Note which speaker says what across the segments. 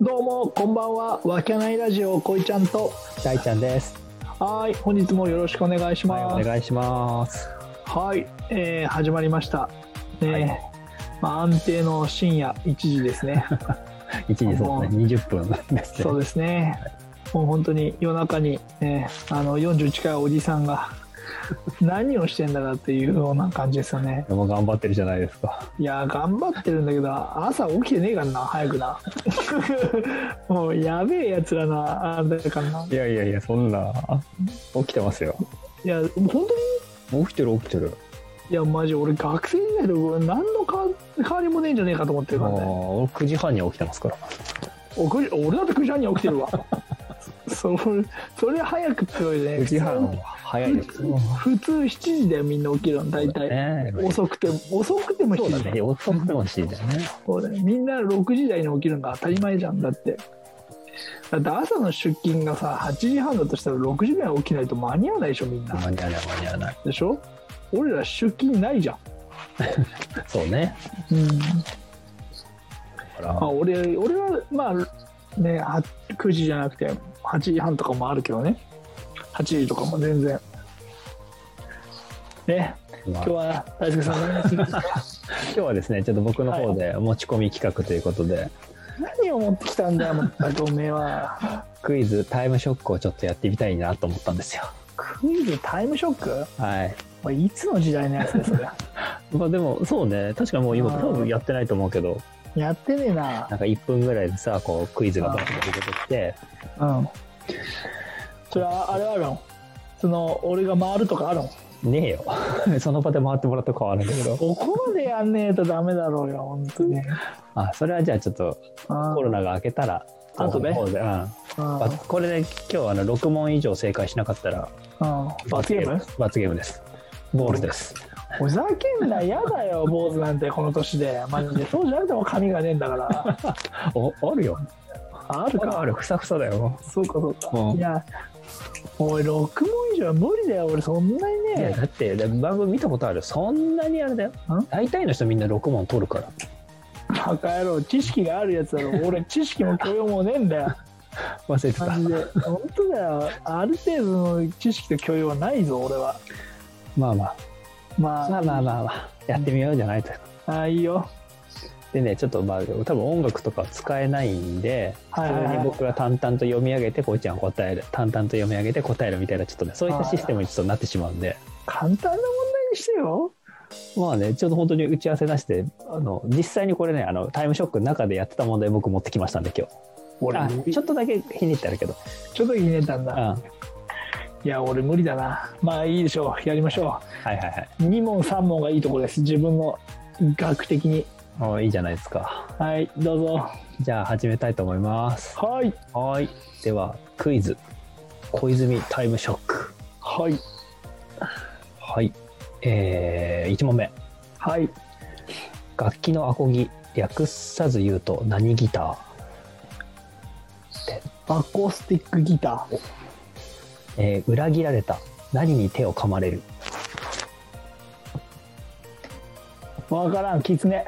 Speaker 1: もこんばんはわきゃないラジオこいちゃんと
Speaker 2: 大ちゃんです。
Speaker 1: はい本日もよろしくお願いします
Speaker 2: はい、お願いします。
Speaker 1: はい、えー始まりました。ね、
Speaker 2: はい
Speaker 1: まあ、安定の深夜1時です ね。
Speaker 2: 一時そうですね、二十分ですね。
Speaker 1: そうですね。もう本当に夜中に、ね、あの40近いおじさん が何をしてんだかっていうような感じですよね。
Speaker 2: でも頑張ってるじゃないですか。
Speaker 1: いやー、頑張ってるんだけど、朝起きてねえからな、早くな。 もうやべえやつらな、あれだからな。
Speaker 2: いやいやいや、そんな起きてますよ。
Speaker 1: いや、本当に
Speaker 2: 起きてる起きてる。
Speaker 1: いや、マジ俺学生時代と何のか変わりもねえんじゃねえかと思って
Speaker 2: あ
Speaker 1: るからね。
Speaker 2: あ、九時半には起きてますから。
Speaker 1: おくじ俺だって9時半には起きてるわ それそれ早くってわけじゃない
Speaker 2: 九時半は早いです。
Speaker 1: 普通7時だよみんな起きるの大体、
Speaker 2: ね。
Speaker 1: 遅くても遅くても
Speaker 2: そ
Speaker 1: 7
Speaker 2: うだ
Speaker 1: 時だ
Speaker 2: ね。遅くてもしいだよね。
Speaker 1: そうだよみんな6時台に起きるのが当たり前じゃんだってだって朝の出勤がさ8時半だとしたら6時ぐらい起きないと間に合わないでしょみんな
Speaker 2: 間に合わない間に合わない。
Speaker 1: でしょ俺ら出勤ないじゃん、
Speaker 2: そうね。
Speaker 1: うん
Speaker 2: だから
Speaker 1: まあ、俺俺はまあねは9時じゃなくて8時半とかもあるけどね8時とかも全然ね
Speaker 2: ま
Speaker 1: 今
Speaker 2: あ
Speaker 1: 日は大輔さん何するんですか
Speaker 2: 今日はですね、ちょっと僕の方で持ち込み企画ということで、
Speaker 1: 何を持ってきたんだよもうだっておめえは
Speaker 2: クイズタイムショックをちょっとやってみたいなと思ったんですよ。
Speaker 1: クイズタイムショック
Speaker 2: はい。
Speaker 1: おいいつの時代のやつだよそれ
Speaker 2: まあでもそうね確かにもう今
Speaker 1: あー
Speaker 2: 多分やってないと思うけど
Speaker 1: やってねえな
Speaker 2: なんか1分ぐらいでさこうクイズがバーッと出てきて
Speaker 1: うんそれはあれはあるのその俺が回るとかあるの
Speaker 2: ねえよ その場で回ってもらったかはあるんだけど
Speaker 1: ここまでやんねえとダメだろうよ本当に
Speaker 2: あそれはじゃあちょっとコ
Speaker 1: コ
Speaker 2: ロナが明けたら
Speaker 1: あとね
Speaker 2: この方でうんばこれで今日はあの6問以上正解しなかったら
Speaker 1: 罰ゲーム
Speaker 2: 罰ゲームですボールです
Speaker 1: ふざけんな嫌だよ坊主なんてこの年でマジでそうじゃなくても髪がねえんだから
Speaker 2: おあるよ
Speaker 1: ある
Speaker 2: ある
Speaker 1: か
Speaker 2: あるふさふさだよ
Speaker 1: そうかそうか、
Speaker 2: うん
Speaker 1: いやおい6問以上は無理だよ俺そんなに
Speaker 2: いや
Speaker 1: ね
Speaker 2: だってだ番組見たことあるそんなにあれだよ
Speaker 1: ん
Speaker 2: 大体の人みんな6問取るから
Speaker 1: バカ野郎知識があるやつだろ俺知識も教養もねえんだよ
Speaker 2: 忘れて
Speaker 1: マ
Speaker 2: た
Speaker 1: ジで本当だよある程度の知識と教養はないぞ俺は
Speaker 2: まあまあ
Speaker 1: まあ
Speaker 2: まあまあまあまあやってみようじゃないと
Speaker 1: あいいよ
Speaker 2: でねちょっとまあ多分音楽とかは使えないんで
Speaker 1: は
Speaker 2: 普
Speaker 1: いはいはい
Speaker 2: 通に僕が淡々と読み上げてこいちゃん答える淡々と読み上げて答えるみたいなちょっとねそういったシステムにちょっとなってしまうんで
Speaker 1: 簡単な問題にしてよ
Speaker 2: まあねちょっと本当に打ち合わせなしであの実際にこれねあのタイムショックの中でやってた問題僕持ってきましたんで今日
Speaker 1: 俺
Speaker 2: あ
Speaker 1: 無理
Speaker 2: ちょっとだけひねってあるけど、
Speaker 1: ちょっとひねったん
Speaker 2: うん、
Speaker 1: だ
Speaker 2: はい
Speaker 1: いや俺無理だなまあいいでしょうやりましょう
Speaker 2: はいはい
Speaker 1: 2問3問がいいところです自分の学的に
Speaker 2: もういいじゃないですか
Speaker 1: はいどうぞ
Speaker 2: じゃあ始めたいと思います
Speaker 1: はい
Speaker 2: はいではクイズ小泉タイムショック
Speaker 1: はい
Speaker 2: はいえー、1問目
Speaker 1: はい
Speaker 2: 楽器のアコギ略さず言うと何ギタ
Speaker 1: アコースティックギター
Speaker 2: ー、えー裏切られた何に手を噛まれる
Speaker 1: わからんキツ ネ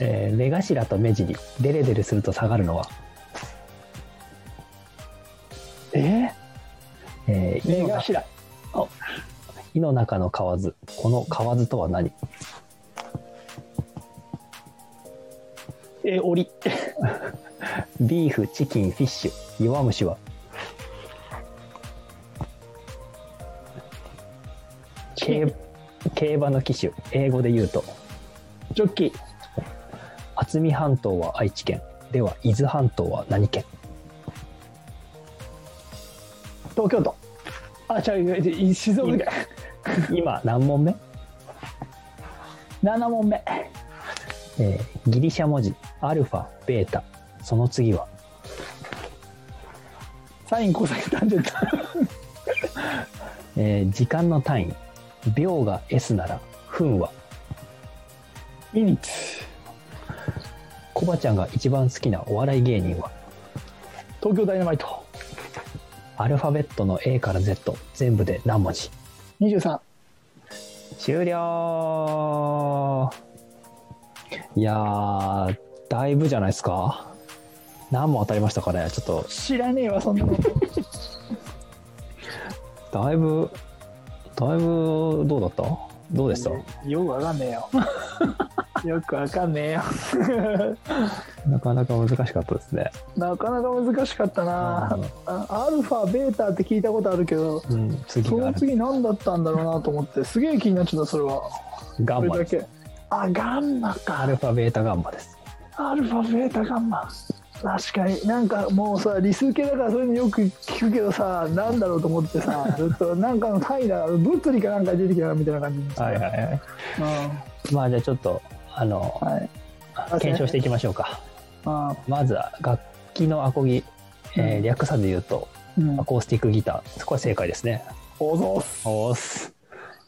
Speaker 2: えー目頭と目尻デレデレすると下がるのは、
Speaker 1: え
Speaker 2: えー、胃
Speaker 1: 目
Speaker 2: の中
Speaker 1: 頭
Speaker 2: 胃の中の蛙この蛙とは何
Speaker 1: え檻
Speaker 2: ビーフチキンフィッシュ弱虫は
Speaker 1: チキン
Speaker 2: 競競馬の騎手英語で言うと
Speaker 1: ジョッキー
Speaker 2: 渥美半島は愛知県では伊豆半島は何県
Speaker 1: 東京都あ違う違う静岡県
Speaker 2: 今何問目
Speaker 1: 7問目
Speaker 2: えーギリシャ文字アルファベータその次は
Speaker 1: サインコサイン単純
Speaker 2: えー時間の単位秒が S なら分は
Speaker 1: ミニッツ
Speaker 2: コバちゃんが一番好きなお笑い芸人は
Speaker 1: 東京ダイナマイト
Speaker 2: アルファベットの A から Z 全部で何文字
Speaker 1: 23
Speaker 2: 終了いやーだいぶじゃないですか何問当たりましたかねちょっと
Speaker 1: 知らねえわそんなこと
Speaker 2: だいぶだいぶどうだったどうでした
Speaker 1: よくわかんねえよ よくわかんねえよ
Speaker 2: なかなか難しかったですね
Speaker 1: なかなか難しかったなあアルファベータって聞いたことあるけど
Speaker 2: うん次
Speaker 1: そ
Speaker 2: があ
Speaker 1: の
Speaker 2: る
Speaker 1: 次何だったんだろうなと思ってすげえ気になっちゃったそれは
Speaker 2: ガ
Speaker 1: そ
Speaker 2: ン
Speaker 1: れ
Speaker 2: マ
Speaker 1: だ
Speaker 2: です
Speaker 1: けあガンマか
Speaker 2: アルファベータガンマです
Speaker 1: アルファベータガンマ確かになんかもうさ理数系だからそういうのよく聞くけどさなんだろうと思ってさずっ となんかの単位だ物理かなんか出てきたなみたいな感じに
Speaker 2: はいはいは
Speaker 1: う
Speaker 2: いまあじゃあちょっとあの
Speaker 1: んはい
Speaker 2: 検証していきましょうか
Speaker 1: あ
Speaker 2: まずは楽器のアコギ、えー略さで言うと
Speaker 1: うん
Speaker 2: アコースティックギターそこは正解ですね
Speaker 1: おぞっす
Speaker 2: おーす、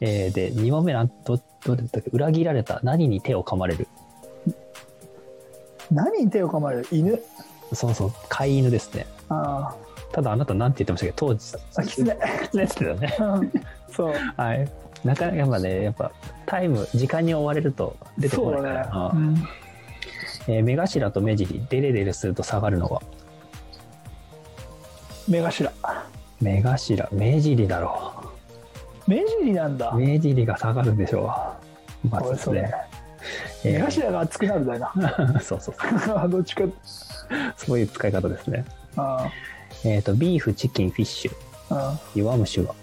Speaker 2: えーで2問目なんどどうだったっけ裏切られた何に手を噛まれる
Speaker 1: 何に手を構える犬
Speaker 2: そうそう飼い犬ですね
Speaker 1: あ
Speaker 2: ただあなたなんて言ってましたっけ当時
Speaker 1: あきつね
Speaker 2: 狐って言ってたね
Speaker 1: そう
Speaker 2: はいなかなかやっぱねやっぱタイム時間に追われると出て
Speaker 1: そ
Speaker 2: こないうか
Speaker 1: だね
Speaker 2: ら、う
Speaker 1: うんん
Speaker 2: えー目頭と目尻デレデレすると下がるのは
Speaker 1: 目頭
Speaker 2: 目頭目尻だろ
Speaker 1: 目尻なんだ
Speaker 2: う目尻が下がるでしょうまずですね
Speaker 1: 目
Speaker 2: えー
Speaker 1: 頭が熱くなるだよ
Speaker 2: そうそう
Speaker 1: などっちか
Speaker 2: そういう使い方ですね
Speaker 1: あ
Speaker 2: えっ、とビーフチキンフィッシュ
Speaker 1: ああ
Speaker 2: 弱虫は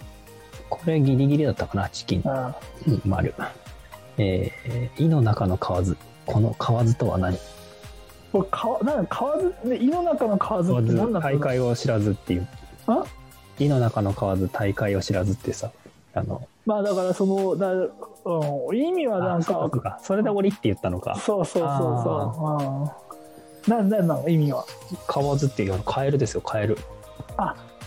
Speaker 2: これギリギリだったかなチキン
Speaker 1: あああ
Speaker 2: うん丸えー、胃の中の蛙この蛙とは何
Speaker 1: これかなんか蛙ね胃の中の蛙って何なんだろ
Speaker 2: 大
Speaker 1: う
Speaker 2: 会を知らずっていう
Speaker 1: あ
Speaker 2: 胃の中の蛙大会を知らずってさあの
Speaker 1: まあだからそのだ、うん、意味はなん
Speaker 2: あそ
Speaker 1: か
Speaker 2: うかそれで檻って言ったのか
Speaker 1: そうそうそうそううんななんなの意味は
Speaker 2: 蛙っていうのはカエルですよカエル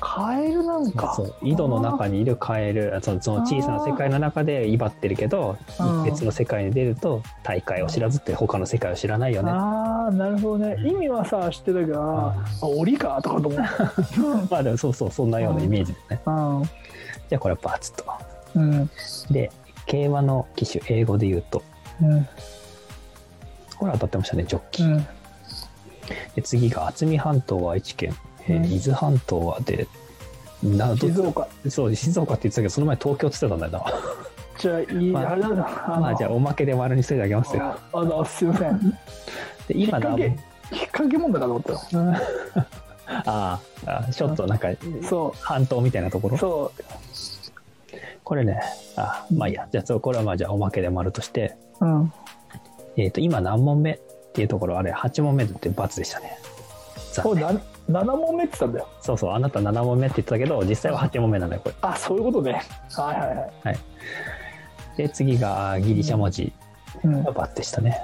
Speaker 1: カエルなんか
Speaker 2: そう井戸の中にいるカエルあそのその小さな世界の中で威張ってるけど
Speaker 1: うん
Speaker 2: 別の世界に出ると大会を知らずって他の世界を知らないよね
Speaker 1: ああなるほどね意味はさ知ってたけどあ
Speaker 2: あ
Speaker 1: あ檻かとかと思 っ
Speaker 2: まあでもそうそうそんなようなイメージですね
Speaker 1: た
Speaker 2: じゃあこれバーツと
Speaker 1: うんうん
Speaker 2: で競馬の機種英語で言うと
Speaker 1: うん
Speaker 2: これ当たってましたねジョッキ
Speaker 1: う
Speaker 2: ー、
Speaker 1: ん
Speaker 2: で次が渥美半島は愛知県、えー
Speaker 1: うん
Speaker 2: 伊豆半島はでなど
Speaker 1: 静岡
Speaker 2: そう静岡って言ってたけどその前東京って言ってたんだよな
Speaker 1: じゃあいい、
Speaker 2: まあ
Speaker 1: あ、れだな
Speaker 2: まあじゃあおまけで丸にしといてあげますよ
Speaker 1: ああのすいません
Speaker 2: で今だ
Speaker 1: 引っ 掛け引っ掛け問題かと思ったよ
Speaker 2: あーあーちょっとなんか
Speaker 1: そ
Speaker 2: 半島みたいなとこ
Speaker 1: う
Speaker 2: ろ
Speaker 1: そ
Speaker 2: これねあまあいいやじゃあそうこれはまあじゃあおまけで丸として、
Speaker 1: ううん
Speaker 2: えー、と今何問目っていうところあれ8問目だって×でしたね残
Speaker 1: これ
Speaker 2: 念
Speaker 1: な7問目って言ったんだよ
Speaker 2: そうそうあなた7問目って言ってたけど実際は8問目なんだよこれ
Speaker 1: あそういうことねはいはいはい
Speaker 2: で次があーギリシャ文字
Speaker 1: うん
Speaker 2: がバツでしたね、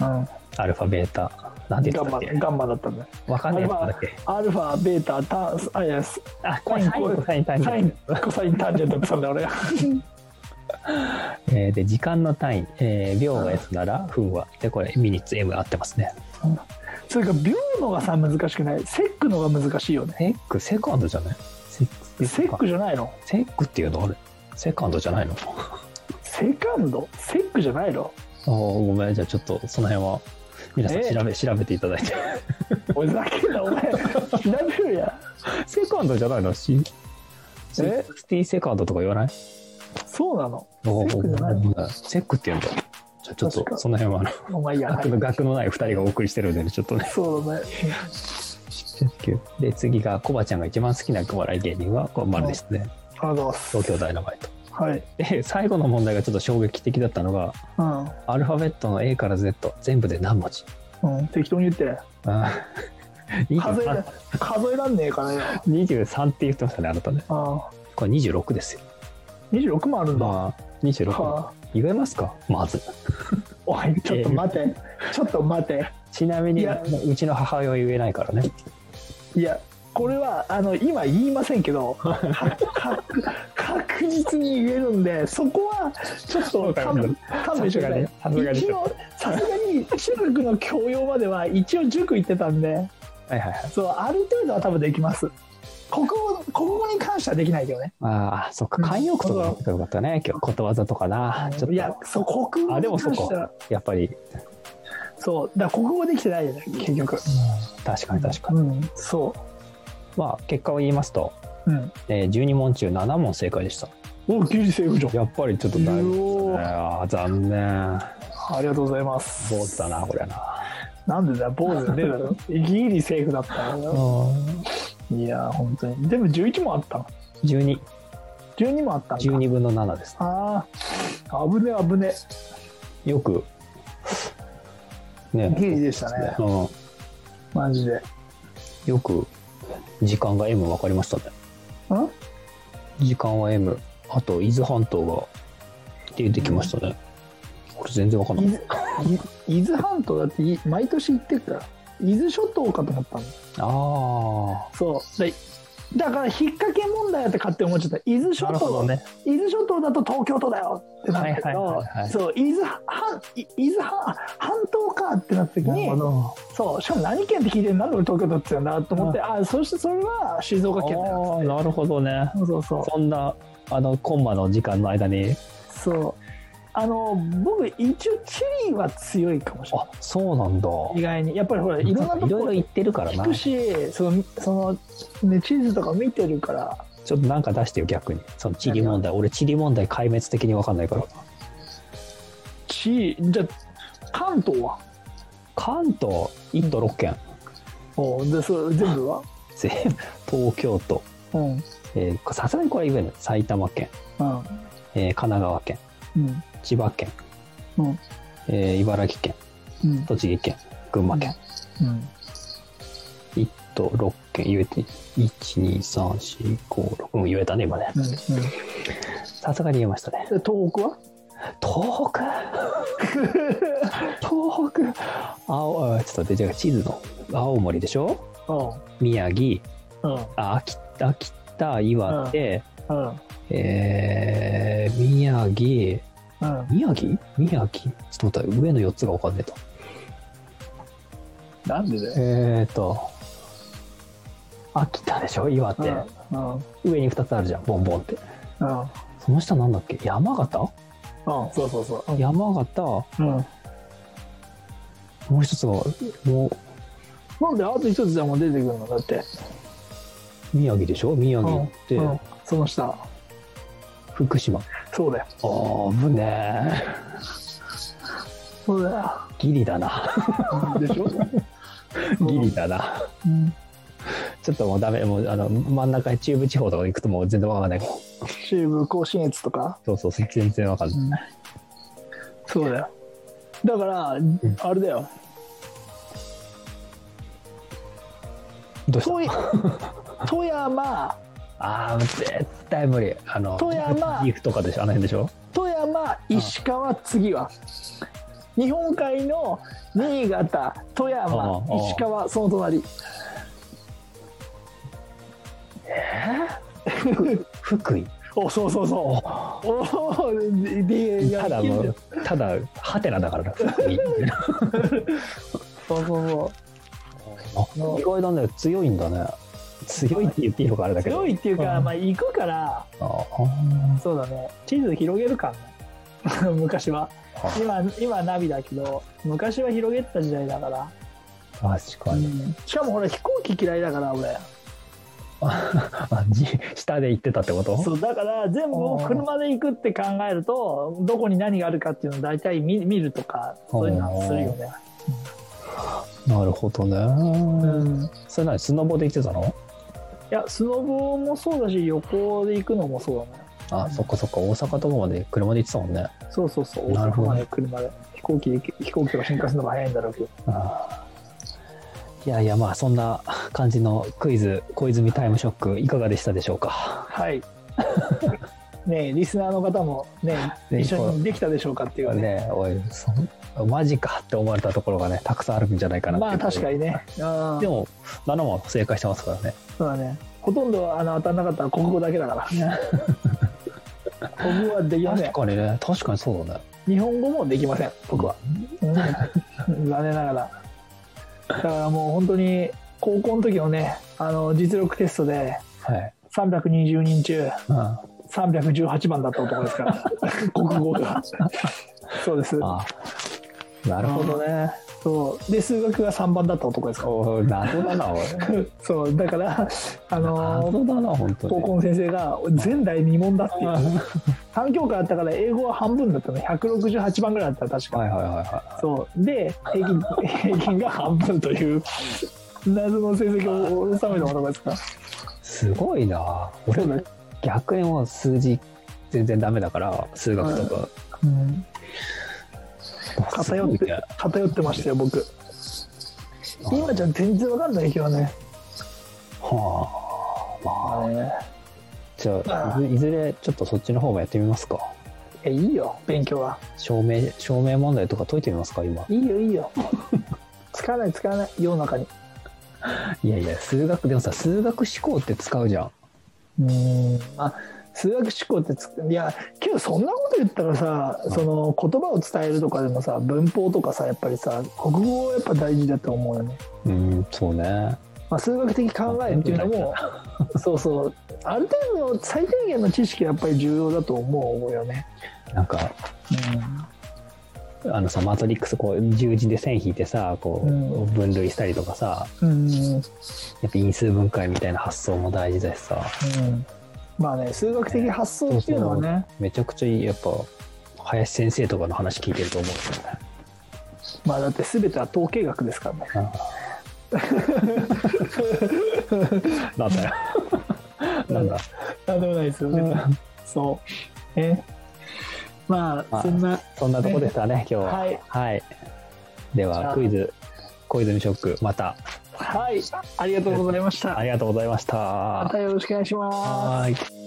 Speaker 1: うん
Speaker 2: アルファベータなんて言
Speaker 1: ガン
Speaker 2: ってた
Speaker 1: マ
Speaker 2: っけ
Speaker 1: ガンマだったんだよ
Speaker 2: わかんないやつだっけ
Speaker 1: アルファベータタンスあいやス
Speaker 2: あ
Speaker 1: コ
Speaker 2: コ
Speaker 1: イ
Speaker 2: イ
Speaker 1: ン
Speaker 2: ンコインコイン単位
Speaker 1: サインコサインタンジェントって言ったんだよ俺
Speaker 2: えーで時間の単位、えー秒が S なら分はでこれミニッツ M 合ってますね
Speaker 1: それから秒のがさ難しくないセックのが難しいよね
Speaker 2: セックセカンドじゃないセック
Speaker 1: セックじゃないの
Speaker 2: セックっていうのあれセカンドじゃないのあ
Speaker 1: セカンドセックじゃないの
Speaker 2: ーごめんじゃあちょっとその辺は皆さん
Speaker 1: えー
Speaker 2: 調べ、調べていただいて
Speaker 1: おいふざけんなお前調べるや
Speaker 2: セカンドじゃないのシ
Speaker 1: え
Speaker 2: 60セカンドとか言わない
Speaker 1: そうなの
Speaker 2: お
Speaker 1: セックじゃない
Speaker 2: ーセックって言うんだじゃあちょっ
Speaker 1: 確
Speaker 2: と
Speaker 1: か
Speaker 2: その辺はあの
Speaker 1: お前いいやは
Speaker 2: 額の額のない2人がお送りしてるんでねちょっとね
Speaker 1: いそうだね
Speaker 2: で次がコバちゃんが一番好きなお笑い芸人はこう丸ですね
Speaker 1: ありがとうございます
Speaker 2: 東京ダイナマイト
Speaker 1: はい
Speaker 2: で最後の問題がちょっと衝撃的だったのが
Speaker 1: う
Speaker 2: アルファベットの A から Z 全部で何文字
Speaker 1: ん、うん、適当に言って
Speaker 2: あー
Speaker 1: 数えら
Speaker 2: 23
Speaker 1: 数えらんねえから よ
Speaker 2: 23って言ってましたねあなたね
Speaker 1: あ
Speaker 2: これ26ですよ
Speaker 1: 26もあるんだ、
Speaker 2: まあ26
Speaker 1: はあ
Speaker 2: 言えますかまず
Speaker 1: おいちょっと待てちょっと待て
Speaker 2: ちなみ
Speaker 1: い
Speaker 2: に
Speaker 1: や
Speaker 2: うちの母親は言えないからね
Speaker 1: いやこれはあの今言いませんけ どかか確実に言えるんでそこはちょっと勘弁勘弁してくだ
Speaker 2: さすが
Speaker 1: さい
Speaker 2: に
Speaker 1: 一応さすがに中学の教養までは一応塾行ってたんで
Speaker 2: はいはいはい
Speaker 1: そうある程度は多分できます国語国語に関してはできないけどね
Speaker 2: ああそっか慣用句とかやってたらよかったね今日ことわざとかなちょっと
Speaker 1: いやそう国語
Speaker 2: あで
Speaker 1: に
Speaker 2: もそ
Speaker 1: 関
Speaker 2: っ
Speaker 1: しては
Speaker 2: かやっぱり
Speaker 1: そうだから国語できてないよね結局
Speaker 2: 確かに確かに。
Speaker 1: うんそ
Speaker 2: まあ、結果を言いますと、
Speaker 1: ううん
Speaker 2: えー12問中7問正解でした。
Speaker 1: おギリセーフじゃん
Speaker 2: やっぱりちょっとだいぶ、
Speaker 1: うお
Speaker 2: ね、
Speaker 1: ー
Speaker 2: あー残念。
Speaker 1: ありがとうございます
Speaker 2: 坊主だな、これな。
Speaker 1: なんでだよ坊主でだ ろギリセーフだったのいやー本当にでも11もあったの
Speaker 2: 12、
Speaker 1: 12もあったんだ
Speaker 2: 12分の7です。
Speaker 1: ああ危ね危ね
Speaker 2: よく、ね、
Speaker 1: ギリでしたね
Speaker 2: うん、
Speaker 1: マジでん
Speaker 2: よく時間が M 分かりましたね。時間は M。あと、伊豆半島が出てきましたね。これ全然分かんな
Speaker 1: 伊
Speaker 2: い。
Speaker 1: 豆い伊豆半島だってい毎年行ってるから伊豆諸島かと思ったの
Speaker 2: あ
Speaker 1: そうでだから引っ掛け問題やって勝手に思っちゃった伊豆
Speaker 2: あ。
Speaker 1: 諸
Speaker 2: なるほど
Speaker 1: 島、
Speaker 2: ね。
Speaker 1: 伊豆諸島だと東京都だよってなったけ
Speaker 2: はいは
Speaker 1: ど
Speaker 2: いはいはい
Speaker 1: そう伊豆半い伊豆半半島かってなった時に
Speaker 2: ど。
Speaker 1: そうしかも何県って聞いてなんで俺東京だって言うんだと思ってあそしてそれは静岡県だよ
Speaker 2: ああ、なるほどね。
Speaker 1: そうそうそう
Speaker 2: そんな、あの、コンマの時間の間に。
Speaker 1: そうあの僕一応地理は強いかもしれな
Speaker 2: あ、そうなんだ。
Speaker 1: い意外にやっぱりほらいろんなと
Speaker 2: いろい
Speaker 1: こ
Speaker 2: ろ言ってるから
Speaker 1: 聞
Speaker 2: な。
Speaker 1: く
Speaker 2: ち
Speaker 1: しそのその、ね、地図とか見てるから
Speaker 2: ょっとなんか出してよ、逆に。その地理問題。俺、地理問題壊滅的に分かんないから。
Speaker 1: 地じゃあ関東は
Speaker 2: 関東、1都6県。
Speaker 1: おでそれ全部は
Speaker 2: 全部東京都。
Speaker 1: うんうん
Speaker 2: えーさすがにこれは言えない。埼玉県、えー神奈川県、
Speaker 1: うん
Speaker 2: 千葉県、
Speaker 1: うん
Speaker 2: えー茨城県、
Speaker 1: うん
Speaker 2: 栃木県、群馬県。
Speaker 1: うん
Speaker 2: 1都6県言えて、1、2、3、4、5、6。うん、言えたね、今ね。
Speaker 1: うんうん
Speaker 2: さすがに言えましたね。
Speaker 1: で東北は
Speaker 2: 東北 東北青あちょっと待ってじゃあ地図の青森でしょ宮城
Speaker 1: うん
Speaker 2: あ秋秋田岩手、
Speaker 1: うん
Speaker 2: えー、宮城
Speaker 1: うん
Speaker 2: 宮城宮城ちょっと待って上の4つが分かんねえと
Speaker 1: なんでだよ
Speaker 2: えーと秋田でしょ岩手、
Speaker 1: うんうん
Speaker 2: 上に2つあるじゃんボンボンって
Speaker 1: うん
Speaker 2: その下なんだっけ山形
Speaker 1: うんそうそうそう
Speaker 2: 山形も
Speaker 1: うん
Speaker 2: う一つがもう
Speaker 1: なんであと一つじゃもう出てくるのだって
Speaker 2: 宮城でしょ宮城って、
Speaker 1: うんその下
Speaker 2: 福島
Speaker 1: そうだよ
Speaker 2: あぶねえ
Speaker 1: そうだよ
Speaker 2: ギリだな
Speaker 1: でしょ
Speaker 2: ギリだな
Speaker 1: うん
Speaker 2: ちょっともうダメもうあの真ん中中部地方とか行くともう全然わかんない
Speaker 1: 中部甲信越とか、
Speaker 2: そうそう全然わかんない
Speaker 1: そうだよだから、あれだよ
Speaker 2: どうした
Speaker 1: 富富山
Speaker 2: あー絶対無理あの
Speaker 1: 富山
Speaker 2: 岐阜とかでしょあの辺でしょ
Speaker 1: 富山石川次は日本海の新潟富山
Speaker 2: うんうん
Speaker 1: 石川その隣
Speaker 2: 福井
Speaker 1: おそうそうそうおーでで
Speaker 2: ただもうただハテナだからな福井
Speaker 1: そうそうそう
Speaker 2: あ意外だね強いんだね強いって言っていいのかあれだけど
Speaker 1: 強いっていうか、
Speaker 2: うん
Speaker 1: まあ行くから
Speaker 2: あー
Speaker 1: そうだね地図広げるからね 昔は
Speaker 2: あ
Speaker 1: 今今はナビだけど昔は広げてた時代だから、
Speaker 2: 確かに
Speaker 1: しかもほら飛行機嫌いだから俺
Speaker 2: あじ下で行ってたってこと
Speaker 1: そうだから全部を車で行くって考えるとどこに何があるかっていうのを大体見見るとかそういうのはするよね、
Speaker 2: なるほどね、
Speaker 1: うん、い
Speaker 2: それ何スノボで行ってたの
Speaker 1: やスノボもそうだし旅行で行くのもそうだね
Speaker 2: あ、そっかそっか大阪とかまで車で行ってたもんね
Speaker 1: そうそうそう
Speaker 2: な
Speaker 1: 大
Speaker 2: る
Speaker 1: 阪
Speaker 2: ほど
Speaker 1: まで車で飛行機で行け飛行機とか新幹線の方が早いんだろうけど
Speaker 2: あーいやいやまあそんな 感じのクイズ小泉タイムショックいかがでしたでしょうか
Speaker 1: はい ねえリスナーの方もね
Speaker 2: ね
Speaker 1: 一緒にできたでしょうかっていうね
Speaker 2: ねおいそんマジかって思われたところがねたくさんあるんじゃないかな
Speaker 1: まあ確か
Speaker 2: に
Speaker 1: にねうん
Speaker 2: でも7問正解してますからね
Speaker 1: そうだねほとんどあの当たんなかったら国語だけだから 国語はできません
Speaker 2: 確かにね確かにそうだね
Speaker 1: 日本語もできません僕は、 うん残念ながらだからもう本当に高校の時のねあの実力テストで
Speaker 2: はい、
Speaker 1: 320人中
Speaker 2: うん、あ
Speaker 1: 318番だった男ですから 国語がそうです
Speaker 2: あなるほどね
Speaker 1: そうで数学が3番だった男ですか
Speaker 2: おい謎だな、おい。
Speaker 1: ら そうだからあのー
Speaker 2: 謎だな、本当
Speaker 1: 高校
Speaker 2: に。
Speaker 1: の先生が前代未聞だっていう
Speaker 2: は
Speaker 1: 3教科あったから英語は半分だったの168番ぐらいだった確
Speaker 2: い
Speaker 1: か、
Speaker 2: はいはいは
Speaker 1: そうで平均平均が半分と いう謎の成績を収めた男ですから
Speaker 2: い。すごいな。
Speaker 1: そ
Speaker 2: 俺
Speaker 1: うだ、
Speaker 2: 逆にもう数字全然ダメだから、数学とか。
Speaker 1: うん、偏っ
Speaker 2: すごいね
Speaker 1: て偏ってましたよ僕今じゃ全然わかんないけどね
Speaker 2: はあ。まあ、
Speaker 1: ね
Speaker 2: じゃあ、いずいずれちょっとそっちの方もやってみますか。
Speaker 1: えいいよ勉強は
Speaker 2: 証明、証明問題とか解いてみますか、今。
Speaker 1: いいよいいよ 使わない使わない世の中に
Speaker 2: いやいや、数学、でもさ、数学思考って使うじゃん。
Speaker 1: うんあ数学思考ってついやけどそんなこと言ったらさその言葉を伝えるとかでもさ文法とかさやっぱりさ国語はやっぱ大事だと思うよね、
Speaker 2: うん、そうね。
Speaker 1: まあ、数学的考えっていうのもそうそうある程度の最低限の知識はやっぱり重要だと思うよね、
Speaker 2: なんか、あのさ、マトリックス、こう、十字で線引いてさ、こ
Speaker 1: う
Speaker 2: う、
Speaker 1: ん
Speaker 2: 分類したりとかさ、
Speaker 1: うんうん
Speaker 2: やっぱ因数分解みたいな発想も大事だしさ、
Speaker 1: うんまあね数学的発想っていうのはね
Speaker 2: めちゃくちゃいい、やっぱ、林先生とかの話聞いてると思うんですよね。
Speaker 1: まあだって全ては統計学ですからね
Speaker 2: なんだよ。なんだ。
Speaker 1: なんでもないですよねそうえま
Speaker 2: ま
Speaker 1: あ
Speaker 2: あ
Speaker 1: そんな
Speaker 2: そんなとこですかね、今日は。
Speaker 1: はい
Speaker 2: はい。で
Speaker 1: じゃ
Speaker 2: は、
Speaker 1: あ
Speaker 2: クイズ、小泉ショック、また、
Speaker 1: はいありがとうございました
Speaker 2: ありがとうございました。
Speaker 1: またよろしくお願いします
Speaker 2: はーい。